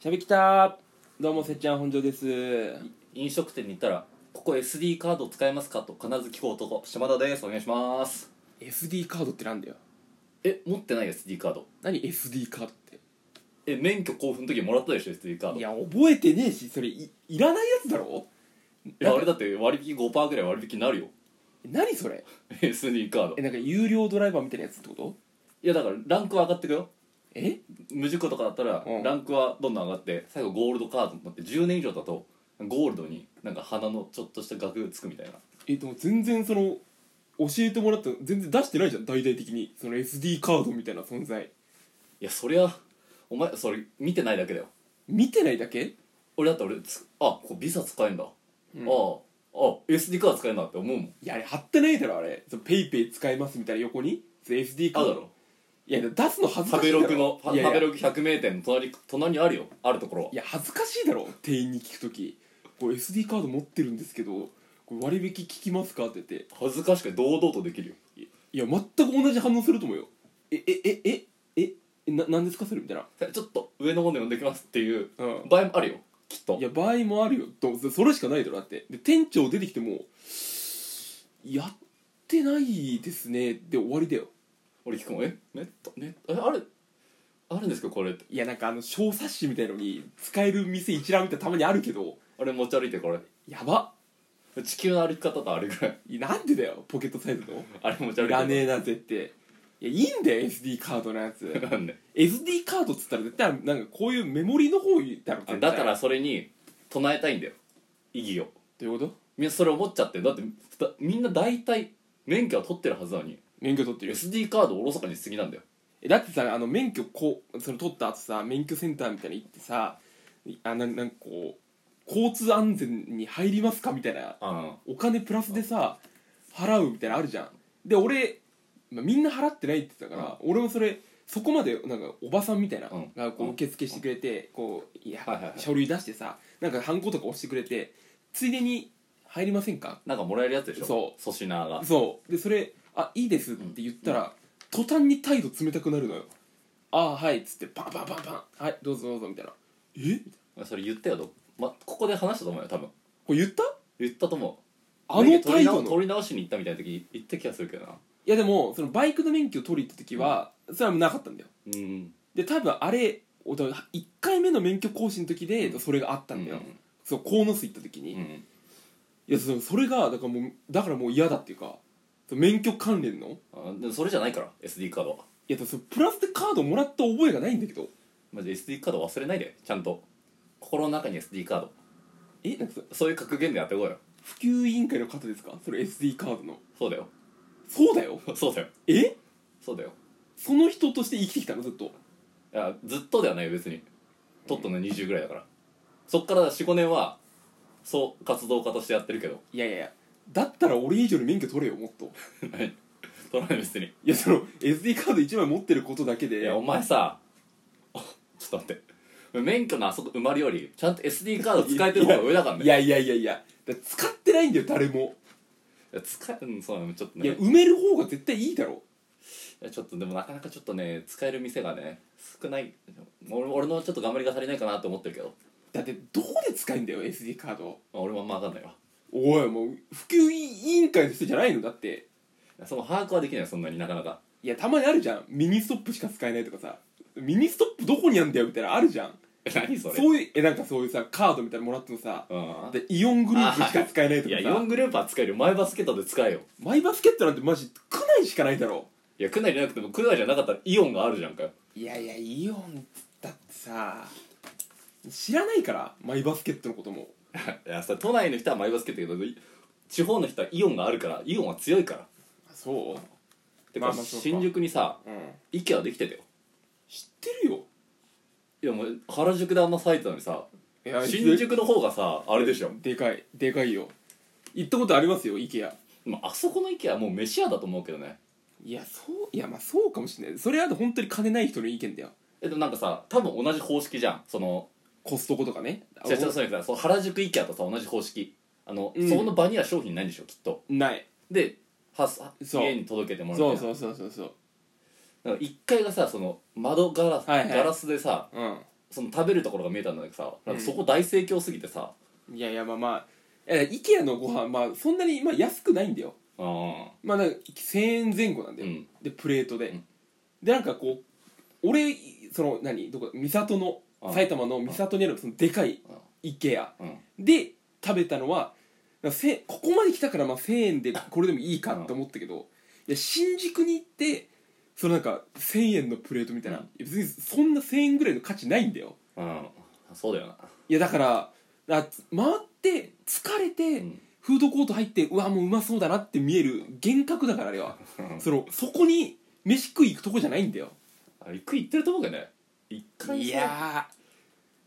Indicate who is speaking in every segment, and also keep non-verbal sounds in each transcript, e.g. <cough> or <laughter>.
Speaker 1: しゃべきたどうもせっちゃん本庄です
Speaker 2: 飲食店に行ったら「ここ SD カード使えますか?」と必ず聞く男島田ですお願いします
Speaker 1: SD カードってなんだよ
Speaker 2: え持ってない SD カード
Speaker 1: 何 SD カードって
Speaker 2: え免許交付の時もらったでしょ SD カード
Speaker 1: い
Speaker 2: いや
Speaker 1: や覚えてねえしそれいいらないやつだろ
Speaker 2: あれだって割引5%ぐらい割引になるよ
Speaker 1: 何それ
Speaker 2: SD カード
Speaker 1: えなんか有料ドライバーみたいなやつってこと
Speaker 2: いやだからランクは上がってくよ
Speaker 1: え
Speaker 2: 無事故とかだったら
Speaker 1: うん
Speaker 2: ランクはどんどん上がって最後ゴールドカードになって10年以上だとゴールドになんか鼻のちょっとした額つくみたいな
Speaker 1: えでも全然その教えてもらった全然出してないじゃん大々的にその SD カードみたいな存在
Speaker 2: いやそりゃお前それ見てないだけだよ
Speaker 1: 見てないだけ
Speaker 2: 俺だって俺つあここビザ使えんだ、
Speaker 1: うん
Speaker 2: あああ SD カード使えんだって思うもん
Speaker 1: いやあれ貼ってないだろあれそのペイペイ使えますみたいな横にその SD カ
Speaker 2: あ
Speaker 1: ー
Speaker 2: るだ
Speaker 1: ド
Speaker 2: ろ
Speaker 1: いや出すの恥ずか
Speaker 2: 食
Speaker 1: し
Speaker 2: べ
Speaker 1: いだ
Speaker 2: ロ
Speaker 1: ろ
Speaker 2: グの食
Speaker 1: いやいや
Speaker 2: べログ百名店の隣隣にあるよあるところはい
Speaker 1: や恥ずかしいだろ店員に聞くとき「こう SD カード持ってるんですけどこれ割引聞きますか?」って言って
Speaker 2: 恥ずかしくて堂々とできるよ
Speaker 1: いや全く同じ反応すると思うよ「ええええええななんですかそれ?」みたいな
Speaker 2: ちょっと上の方で呼んできますっていう
Speaker 1: うん
Speaker 2: 場合もあるよきっと
Speaker 1: いや場合もあるよとそそれしかないだろだってで店長出てきても「やってないですね」で終わりだよ
Speaker 2: 俺聞くもんえネットネットえあれあるんですかこれって
Speaker 1: いやなんかあの小冊子みたいのに使える店一覧みたいなたまにあるけど
Speaker 2: あれ持ち歩いてこれ
Speaker 1: やば
Speaker 2: 地球の歩き方とあれぐらい <laughs>
Speaker 1: いやなんでだよポケットサイズの
Speaker 2: あれ持ち歩い
Speaker 1: い
Speaker 2: てこ
Speaker 1: ら
Speaker 2: れ
Speaker 1: ねえなぜっていやいいんだよ SD カードのやつ
Speaker 2: なんで
Speaker 1: SD カードっつったら絶対なんかこういうメモリの方だろ絶対
Speaker 2: だからそれに唱えたいんだよ意義を
Speaker 1: どういうこと
Speaker 2: みんなそれ思っちゃってるだってだみんな大体免許は取ってるはずなのに
Speaker 1: 免許取ってるよ
Speaker 2: SD カードをおろそかにしすぎなんだよ
Speaker 1: えだってさあの免許こうその取った後さ免許センターみたいに行ってさあななんかこう交通安全に入りますかみたいな
Speaker 2: あ
Speaker 1: お金プラスでさ払うみたいなのあるじゃんで俺、まあ、みんな払ってないって言ってたから、俺もそれそこまでなんかおばさんみたいな、
Speaker 2: うん
Speaker 1: がこう
Speaker 2: うん
Speaker 1: 受付してくれて、こういや、
Speaker 2: はいはいはい
Speaker 1: 書類出してさなんかハンコとか押してくれてついでに入りませんか
Speaker 2: なんかもらえるやつでしょ
Speaker 1: そう
Speaker 2: 粗品が
Speaker 1: そうでそれ「あいいです」って言ったら、途端に態度冷たくなるのよ「ああはい」っつってバンバンバンバン「はいどうぞどうぞ」みたいな「え
Speaker 2: それ言ったよど、ま、ここで話したと思うよ多分
Speaker 1: これ言った
Speaker 2: 言ったと思う
Speaker 1: あの
Speaker 2: 免許取
Speaker 1: 態
Speaker 2: り直
Speaker 1: 度の
Speaker 2: 取り直しに行ったみたいな時言った気がするけどない
Speaker 1: やでもそのバイクの免許を取りに行った時は、それはなかったんだよ
Speaker 2: うん
Speaker 1: で多分あれ1回目の免許更新の時でそれがあったんだよ、そう鴻巣行った時に、
Speaker 2: うん
Speaker 1: い
Speaker 2: うん
Speaker 1: やそのそれがだからもうだからもう嫌だっていうかその免許関連のい
Speaker 2: あでもそれじゃないから SD カードは
Speaker 1: やだからそのプラスでカードもらった覚えがないんだけど
Speaker 2: マジ SD カード忘れないでちゃんと心の中に SD カード
Speaker 1: えなんかそ
Speaker 2: そういう格言でやってこいよ
Speaker 1: 普及委員会の方ですかそれ SD カードの
Speaker 2: そうだよ <laughs>
Speaker 1: そうだよ
Speaker 2: そうだよ
Speaker 1: え
Speaker 2: そうだよ
Speaker 1: その人として生きてきたのずっと
Speaker 2: いやずっとではないよ別に取ったの20ぐらいだからそっから45年はそう活動家としてやってるけど
Speaker 1: いやいやいやだったら俺以上に免許取れよもっと
Speaker 2: 何取らない別に
Speaker 1: いやその SD カード1枚持ってることだけ
Speaker 2: い
Speaker 1: で
Speaker 2: やお前さあちょっと待って免許のあそこ埋まるよりちゃんと SD カード使えてる方が上だからね
Speaker 1: いやいやいやいやだから使ってないんだよ誰も
Speaker 2: いや使えうんそうなのちょっと
Speaker 1: い
Speaker 2: ね
Speaker 1: や埋める方が絶対いいだろ
Speaker 2: いやちょっとでもなかなかちょっとね使える店がね少ない俺俺のちょっと頑張りが足りないかなと思ってるけど、
Speaker 1: だってどこで使えんだよ SD カード
Speaker 2: まあ、俺もあんま分かんないわ
Speaker 1: おいもう普及委員会の人じゃないのだって
Speaker 2: いやその把握はできないそんなになかなか
Speaker 1: いやたまにあるじゃんミニストップしか使えないとかさミニストップどこにあんだよみたいなのあるじゃん
Speaker 2: え何それ
Speaker 1: そういうえなんかそういうさカードみたいなのもらってもさ
Speaker 2: うん
Speaker 1: でイオングループしか使えないと
Speaker 2: い
Speaker 1: か
Speaker 2: や4
Speaker 1: さ
Speaker 2: グループは使えるよマイバスケットで使えよ
Speaker 1: マイバスケットなんてマジ区内しかないだろ
Speaker 2: いや区内じゃなくても区内じゃなかったらイオンがあるじゃんかよ
Speaker 1: いやいやイオンだってさ知らないからマイバスケットのことも
Speaker 2: いやさ都内の人はマイバスケットだけどい地方の人はイオンがあるからイオンは強いから
Speaker 1: そ
Speaker 2: て
Speaker 1: ま
Speaker 2: か
Speaker 1: あまあそうか
Speaker 2: 新宿にさ
Speaker 1: う、うん、
Speaker 2: IKEA できてたよ
Speaker 1: 知ってるよ
Speaker 2: いやもう原宿であんなサイトなのにさ
Speaker 1: いや
Speaker 2: 新宿の方がさあれでしょ、
Speaker 1: でかいでかいよ行ったことありますよ IKEA
Speaker 2: まああそこの IKEA はもう飯屋だと思うけどね
Speaker 1: いやそういやまあそうかもしれないそれは本当に金ない人の意見だよ
Speaker 2: えでもなんかさ多分同じ方式じゃんその
Speaker 1: コストコとかね
Speaker 2: 違う違うそうじゃなくてそう原宿 IKEA とさ同じ方式あの、
Speaker 1: うん
Speaker 2: そこの場には商品ないんでしょきっと
Speaker 1: ない
Speaker 2: ではは
Speaker 1: そう
Speaker 2: 家に届けてもらう
Speaker 1: そう
Speaker 2: みたいな
Speaker 1: そうそうそうそう
Speaker 2: なんか1階がさその窓ガラス、
Speaker 1: はいはい
Speaker 2: ガラスでさ
Speaker 1: うん
Speaker 2: その食べるところが見えたんだけどさなんか
Speaker 1: うん
Speaker 2: そこ大盛況すぎてさ、
Speaker 1: いやいやまあまあいや IKEA のご飯まあそんなに、まあ、安くないんだよ
Speaker 2: うん、あ
Speaker 1: まあなんか1000円前後なんだよ、
Speaker 2: うん
Speaker 1: でプレートで、
Speaker 2: うん
Speaker 1: でなんかこう俺その何どこ三郷の
Speaker 2: あ
Speaker 1: 埼玉の三郷にあるそのでかい
Speaker 2: あ
Speaker 1: IKEA
Speaker 2: うん
Speaker 1: で食べたのはなんかせここまで来たからまあ1000円でこれでもいいかって思ったけど、いや新宿に行ってそのなんか1000円のプレートみたいな、
Speaker 2: うん
Speaker 1: いや別にそんな1000円ぐらいの価値ないんだよ
Speaker 2: うんそうだよな、
Speaker 1: いやだからだから回って疲れて、
Speaker 2: うん
Speaker 1: フードコート入ってうわもううまそうだなって見える幻覚だからあれはそのそこに飯食い行くとこじゃないんだよ
Speaker 2: あれ行く行ってると思うけどね一回
Speaker 1: い
Speaker 2: さ
Speaker 1: やーだか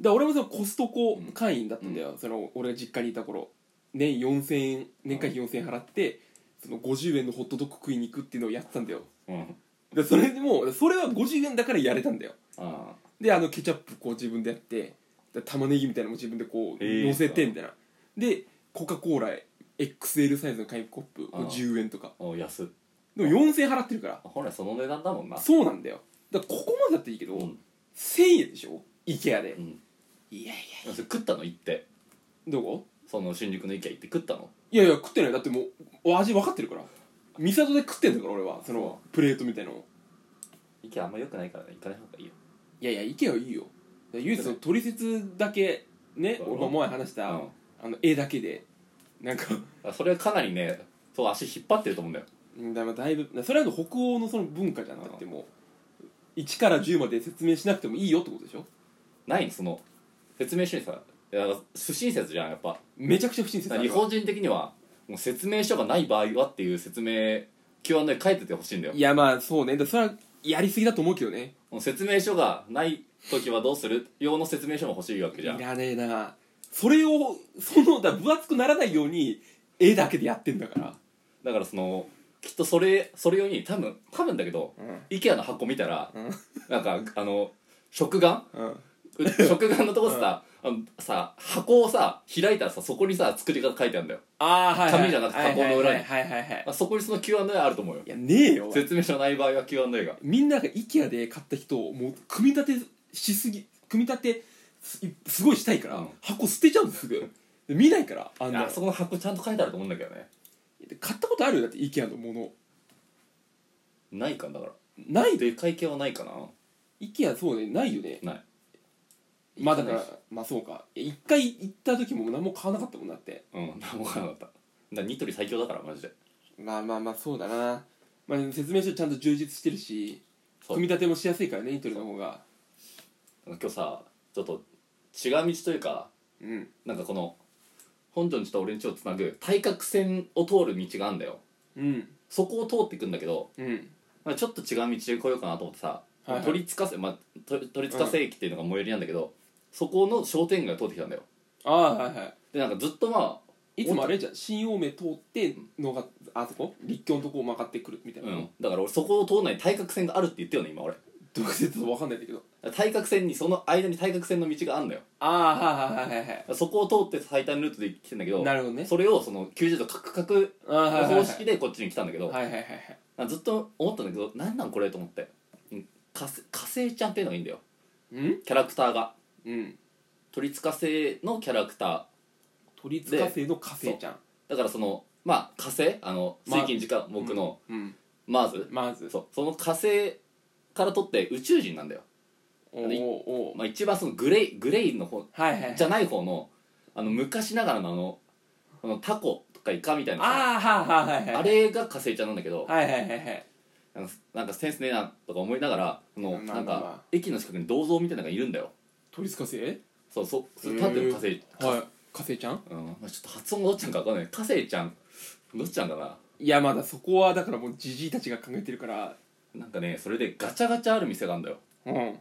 Speaker 1: ら俺もそのコストコ会員だったんだよ、その俺が実家にいた頃年4000円年会費4000円払って、その50円のホットドッグ食いに行くっていうのをやってたんだよ
Speaker 2: うん
Speaker 1: でそれでもそれは50円だからやれたんだよ
Speaker 2: あ
Speaker 1: であのケチャップこう自分でやってで玉ねぎみたいなのも自分でこう
Speaker 2: えー
Speaker 1: 乗せてみたいな、でコカ・コーラ XL サイズの紙コップ
Speaker 2: あー
Speaker 1: 10円とか
Speaker 2: あお安っ
Speaker 1: でも4000円払ってるから
Speaker 2: 本来その値段だもんな
Speaker 1: そうなんだよだからここまでだっていいけど、
Speaker 2: うん、
Speaker 1: 1000円でしょ IKEA で、
Speaker 2: うん、
Speaker 1: いやいや
Speaker 2: それ食ったの行って
Speaker 1: どこ
Speaker 2: その新宿の IKEA 行って食ったの
Speaker 1: いやいや食ってないだってもう味分かってるからミサトで食ってんだから俺はそのプレートみたいのを
Speaker 2: IKEA あんま良くないからね行かない方がいいよ
Speaker 1: いやいや IKEA はいいよ唯一その取説だけね
Speaker 2: そう
Speaker 1: 俺も前話した、あの絵だけでなんか
Speaker 2: うん、それはかなりねそう足引っ張ってると思うんだよ
Speaker 1: うんだからだいぶそれは北欧のその文化じゃんだってもう1から10まで説明しなくてもいいよってことでしょ
Speaker 2: ないのその説明書にさいや不親切じゃんやっぱ
Speaker 1: めちゃくちゃ不親切
Speaker 2: だから日本人的にはもう説明書がない場合はっていう説明 Q&A 書いててほしいんだよ
Speaker 1: いやまあそうねだからそれはやりすぎだと思うけどね
Speaker 2: もう説明書がない時はどうする用の説明書も欲しいわけ
Speaker 1: い
Speaker 2: じゃん
Speaker 1: らねえなそれをそのだから分厚くならないように絵だけでやってんだから
Speaker 2: だからそのきっとそれそれ用に多分多分だけど IKEA の箱見たらなんかあの食玩
Speaker 1: うん
Speaker 2: う食玩のとこさ、あのさ箱をさ開いたらさそこにさ作り方書いてあるんだよ、
Speaker 1: ああはいはい
Speaker 2: 紙じゃなくて箱の裏に
Speaker 1: はいはいはいはいはいはい
Speaker 2: まあ、そこにその Q&A あると思うよ
Speaker 1: いやねえよ
Speaker 2: 説明書ない場合は Q&A が
Speaker 1: みんなが IKEA で買った人をもう組み立てしすぎ組み立てすすごいしたいから、
Speaker 2: うん
Speaker 1: 箱捨てちゃうんですぐで見ないからあんな
Speaker 2: あそこの箱ちゃんと書いてあると思うんだけどね
Speaker 1: 買ったことあるよだって IKEA のもの
Speaker 2: ないかだから
Speaker 1: ないで
Speaker 2: でかい系はないかな
Speaker 1: IKEA そうねないよね
Speaker 2: ない
Speaker 1: まあだから
Speaker 2: 行か
Speaker 1: まあそうかいや一回行った時も何も買わなかったもんだって
Speaker 2: うん <laughs> 何も買わなかっただからニトリ最強だからマジで
Speaker 1: まあまあまあそうだな、まあ、説明書ちゃんと充実してるし
Speaker 2: そう
Speaker 1: 組み立てもしやすいからねニトリの方が
Speaker 2: 今日さちょっと違う道というか
Speaker 1: うん
Speaker 2: なんかこの本庄の地と俺んちをつなぐ対角線を通る道があるんだよ
Speaker 1: うん
Speaker 2: そこを通っていくんだけど、
Speaker 1: うん
Speaker 2: まあ、ちょっと違う道で来ようかなと思ってさ、
Speaker 1: はいはい
Speaker 2: 取りつかせ、まあ、と取りつかせ駅っていうのが最寄りなんだけど、そこの商店街を通ってきたんだよ
Speaker 1: ああはいは
Speaker 2: でなんかずっとまあ
Speaker 1: いいつもあれじゃん新青梅通ってのがあそこ立教のとこを曲がってくるみたいな、
Speaker 2: うん、だから俺そこを通らない対角線があるって言ったよね今俺
Speaker 1: どうせちょっと分かんないんだけど
Speaker 2: 対角線にその間に対角線の道があるんだよ
Speaker 1: ああはいはいはいはい
Speaker 2: そこを通って最短ルートで来てんだけど
Speaker 1: なるほどね
Speaker 2: それをその90度カクカク
Speaker 1: ああはいはいはい
Speaker 2: 方式でこっちに来たんだけど、
Speaker 1: はいはいはいはい
Speaker 2: なんかずっと思ったんだけどなんなんこれと思ってうん火星火星ちゃんっていうのがいいんだよ
Speaker 1: うん
Speaker 2: キャラクターが
Speaker 1: うん
Speaker 2: 取りつかせのキャラクタ
Speaker 1: 鳥塚星の火星ちゃん
Speaker 2: ーだからそのまあ火星あの
Speaker 1: まあ
Speaker 2: 水金時間木の
Speaker 1: うん
Speaker 2: マーズ、
Speaker 1: まず
Speaker 2: そうその火星から取って宇宙人なんだよ、
Speaker 1: おうおうおう
Speaker 2: まあ、一番そのグレイグレイの方
Speaker 1: はいはいはい
Speaker 2: じゃない方のあの昔ながらのあのあのタコとかイカみたいなさ
Speaker 1: ああはいはいはい
Speaker 2: あれが火星ちゃんなんだけど、
Speaker 1: はいはいはいはい
Speaker 2: なんかなんかセンスねえなとか思いながらその
Speaker 1: まあまあ
Speaker 2: なん
Speaker 1: まあ
Speaker 2: か駅の近くに銅像みたいなのがいるんだよ
Speaker 1: 鳥塚星
Speaker 2: そうそうそれ立ってる火星、
Speaker 1: はい火星ちゃん
Speaker 2: うんまあ、ちょっと発音がどっちなんか分かんない火星ちゃんどっちなんかない
Speaker 1: やまだそこはだからもうじじいたちが考えてるから
Speaker 2: なんかねそれでガチャガチャある店があるんだよ
Speaker 1: うん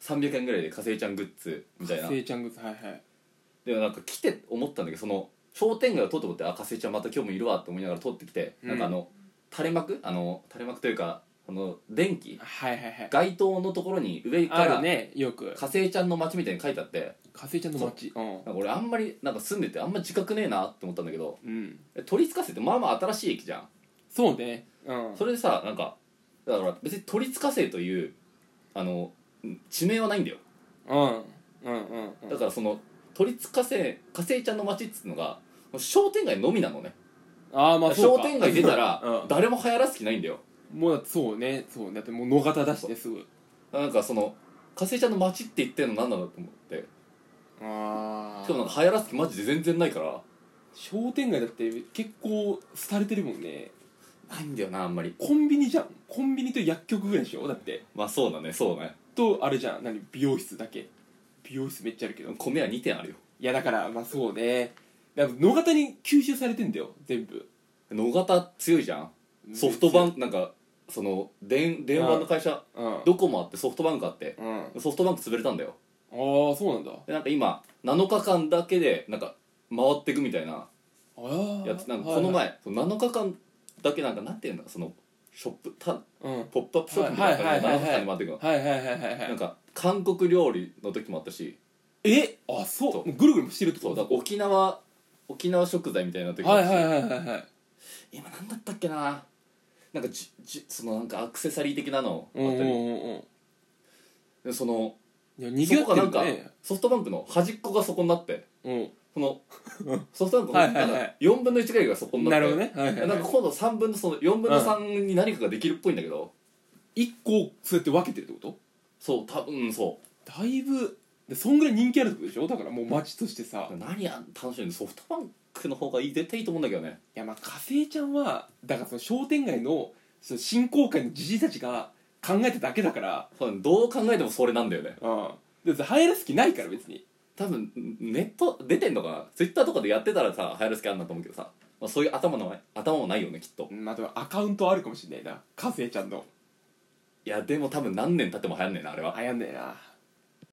Speaker 2: 300円ぐらいで火星ちゃんグッズみたいな
Speaker 1: せいちゃんグッズはいはい
Speaker 2: でもなんか来て思ったんだけどその商店街を通って思ってあ火星ちゃんまた今日もいるわって思いながら通ってきて、
Speaker 1: うん
Speaker 2: なんかあの垂れ幕あの垂れ幕というかあの電気
Speaker 1: はいはいはい
Speaker 2: 街灯のところに上か
Speaker 1: ある
Speaker 2: ら
Speaker 1: ねよく
Speaker 2: 火星ちゃんの街みたいに書いてあって
Speaker 1: かせいちゃんの街うん
Speaker 2: なんか俺あんまりなんか住んでてあんま自覚ねえなって思ったんだけど
Speaker 1: うん
Speaker 2: 取りつかせってまあまあ新しい駅じゃん
Speaker 1: そうねうん
Speaker 2: それでさなんかだから別に取りつかせというあの地名はないんだよ
Speaker 1: うん
Speaker 2: だからその都立火星火星ちゃんの街っつうのが商店街のみなのね
Speaker 1: ああまあそう
Speaker 2: 商
Speaker 1: か
Speaker 2: 店街出た <laughs> ら
Speaker 1: <laughs> う
Speaker 2: 誰も流行らす気ないんだよ
Speaker 1: ん、もうだってそうねそうねだってもう野方出してすぐ
Speaker 2: なんかその火星ちゃんの街って言ってんの何なんだと思って
Speaker 1: ああ
Speaker 2: しかもなんか流行らす気マジで全然ないから
Speaker 1: 商店街だって結構廃れてるもんね
Speaker 2: ないんだよなあんまり
Speaker 1: コンビニじゃんコンビニと薬局ぐらいでしょだって
Speaker 2: まあそうだねそうね
Speaker 1: とあれじゃん何美容室だけ美容室めっちゃあるけどい
Speaker 2: 米は2点あるよ
Speaker 1: やだからまあそうねだから野方に吸収されてんだよ全部
Speaker 2: 野方強いじゃんソフトバンクなんかその電電話の会社
Speaker 1: うん
Speaker 2: ドコモあってソフトバンクあって
Speaker 1: うんあ
Speaker 2: ソフトバンク潰れたんだよ
Speaker 1: あーそうなんだ
Speaker 2: でなんか今7日間だけでなんか回ってくみたいな
Speaker 1: ああ
Speaker 2: やつなんかこの前、その7日間だけなんかなんていうんだそのショップた
Speaker 1: うん
Speaker 2: ポップアップショップみたいな感じで
Speaker 1: はい
Speaker 2: 7
Speaker 1: はいは
Speaker 2: 日
Speaker 1: いはい
Speaker 2: 間で回ってくの
Speaker 1: はいはいはいはい
Speaker 2: なん
Speaker 1: はい
Speaker 2: か韓国料理の時もあったし
Speaker 1: えあそう
Speaker 2: そう
Speaker 1: もうぐるぐるしてるって
Speaker 2: そう
Speaker 1: こ
Speaker 2: だ
Speaker 1: と
Speaker 2: から沖縄沖縄食材みたいな時も
Speaker 1: は
Speaker 2: あっ
Speaker 1: い
Speaker 2: たし、
Speaker 1: はいはいはいはい
Speaker 2: 今なんだったっけななんかじじそのなんかアクセサリー的なのあ
Speaker 1: うんう
Speaker 2: っ
Speaker 1: ん
Speaker 2: たり
Speaker 1: うんうん
Speaker 2: でその
Speaker 1: いや逃
Speaker 2: そ
Speaker 1: げ
Speaker 2: こが
Speaker 1: 合
Speaker 2: なん
Speaker 1: って
Speaker 2: か
Speaker 1: るね
Speaker 2: ソフトバンクの端っこがそこになって
Speaker 1: う <laughs>
Speaker 2: そのソフトバンクの
Speaker 1: はいはいはい
Speaker 2: なんか4分の1ぐらいがそこに
Speaker 1: ん
Speaker 2: なっ
Speaker 1: な
Speaker 2: て
Speaker 1: るほどねはいはい
Speaker 2: なんか今度3分のその4分の3に何かができるっぽいんだけど、
Speaker 1: 1個そうやって分けてるってこと
Speaker 2: そう多分そ
Speaker 1: だいぶでそんぐらい人気あるってことでしょだからもう街としてさ、
Speaker 2: う
Speaker 1: い
Speaker 2: 何や楽しいのソフトバンクの方がいい絶対いいと思うんだけどね
Speaker 1: やまあ火星ちゃんはだからその商店街のその振興会のじじいたちが考えただけだから
Speaker 2: 多分どう考えてもそれなんだよね
Speaker 1: うんで入らす気ないから別に
Speaker 2: 多分ネット出てんのかなツイッターとかでやってたらさ流行る隙あるなと思うけどさ、まあ、そういう頭の頭もないよねきっと
Speaker 1: まあでもアカウントあるかもしれないな火星ちゃんの
Speaker 2: いやでも多分何年経っても流行んねえなあれは
Speaker 1: あやんねえな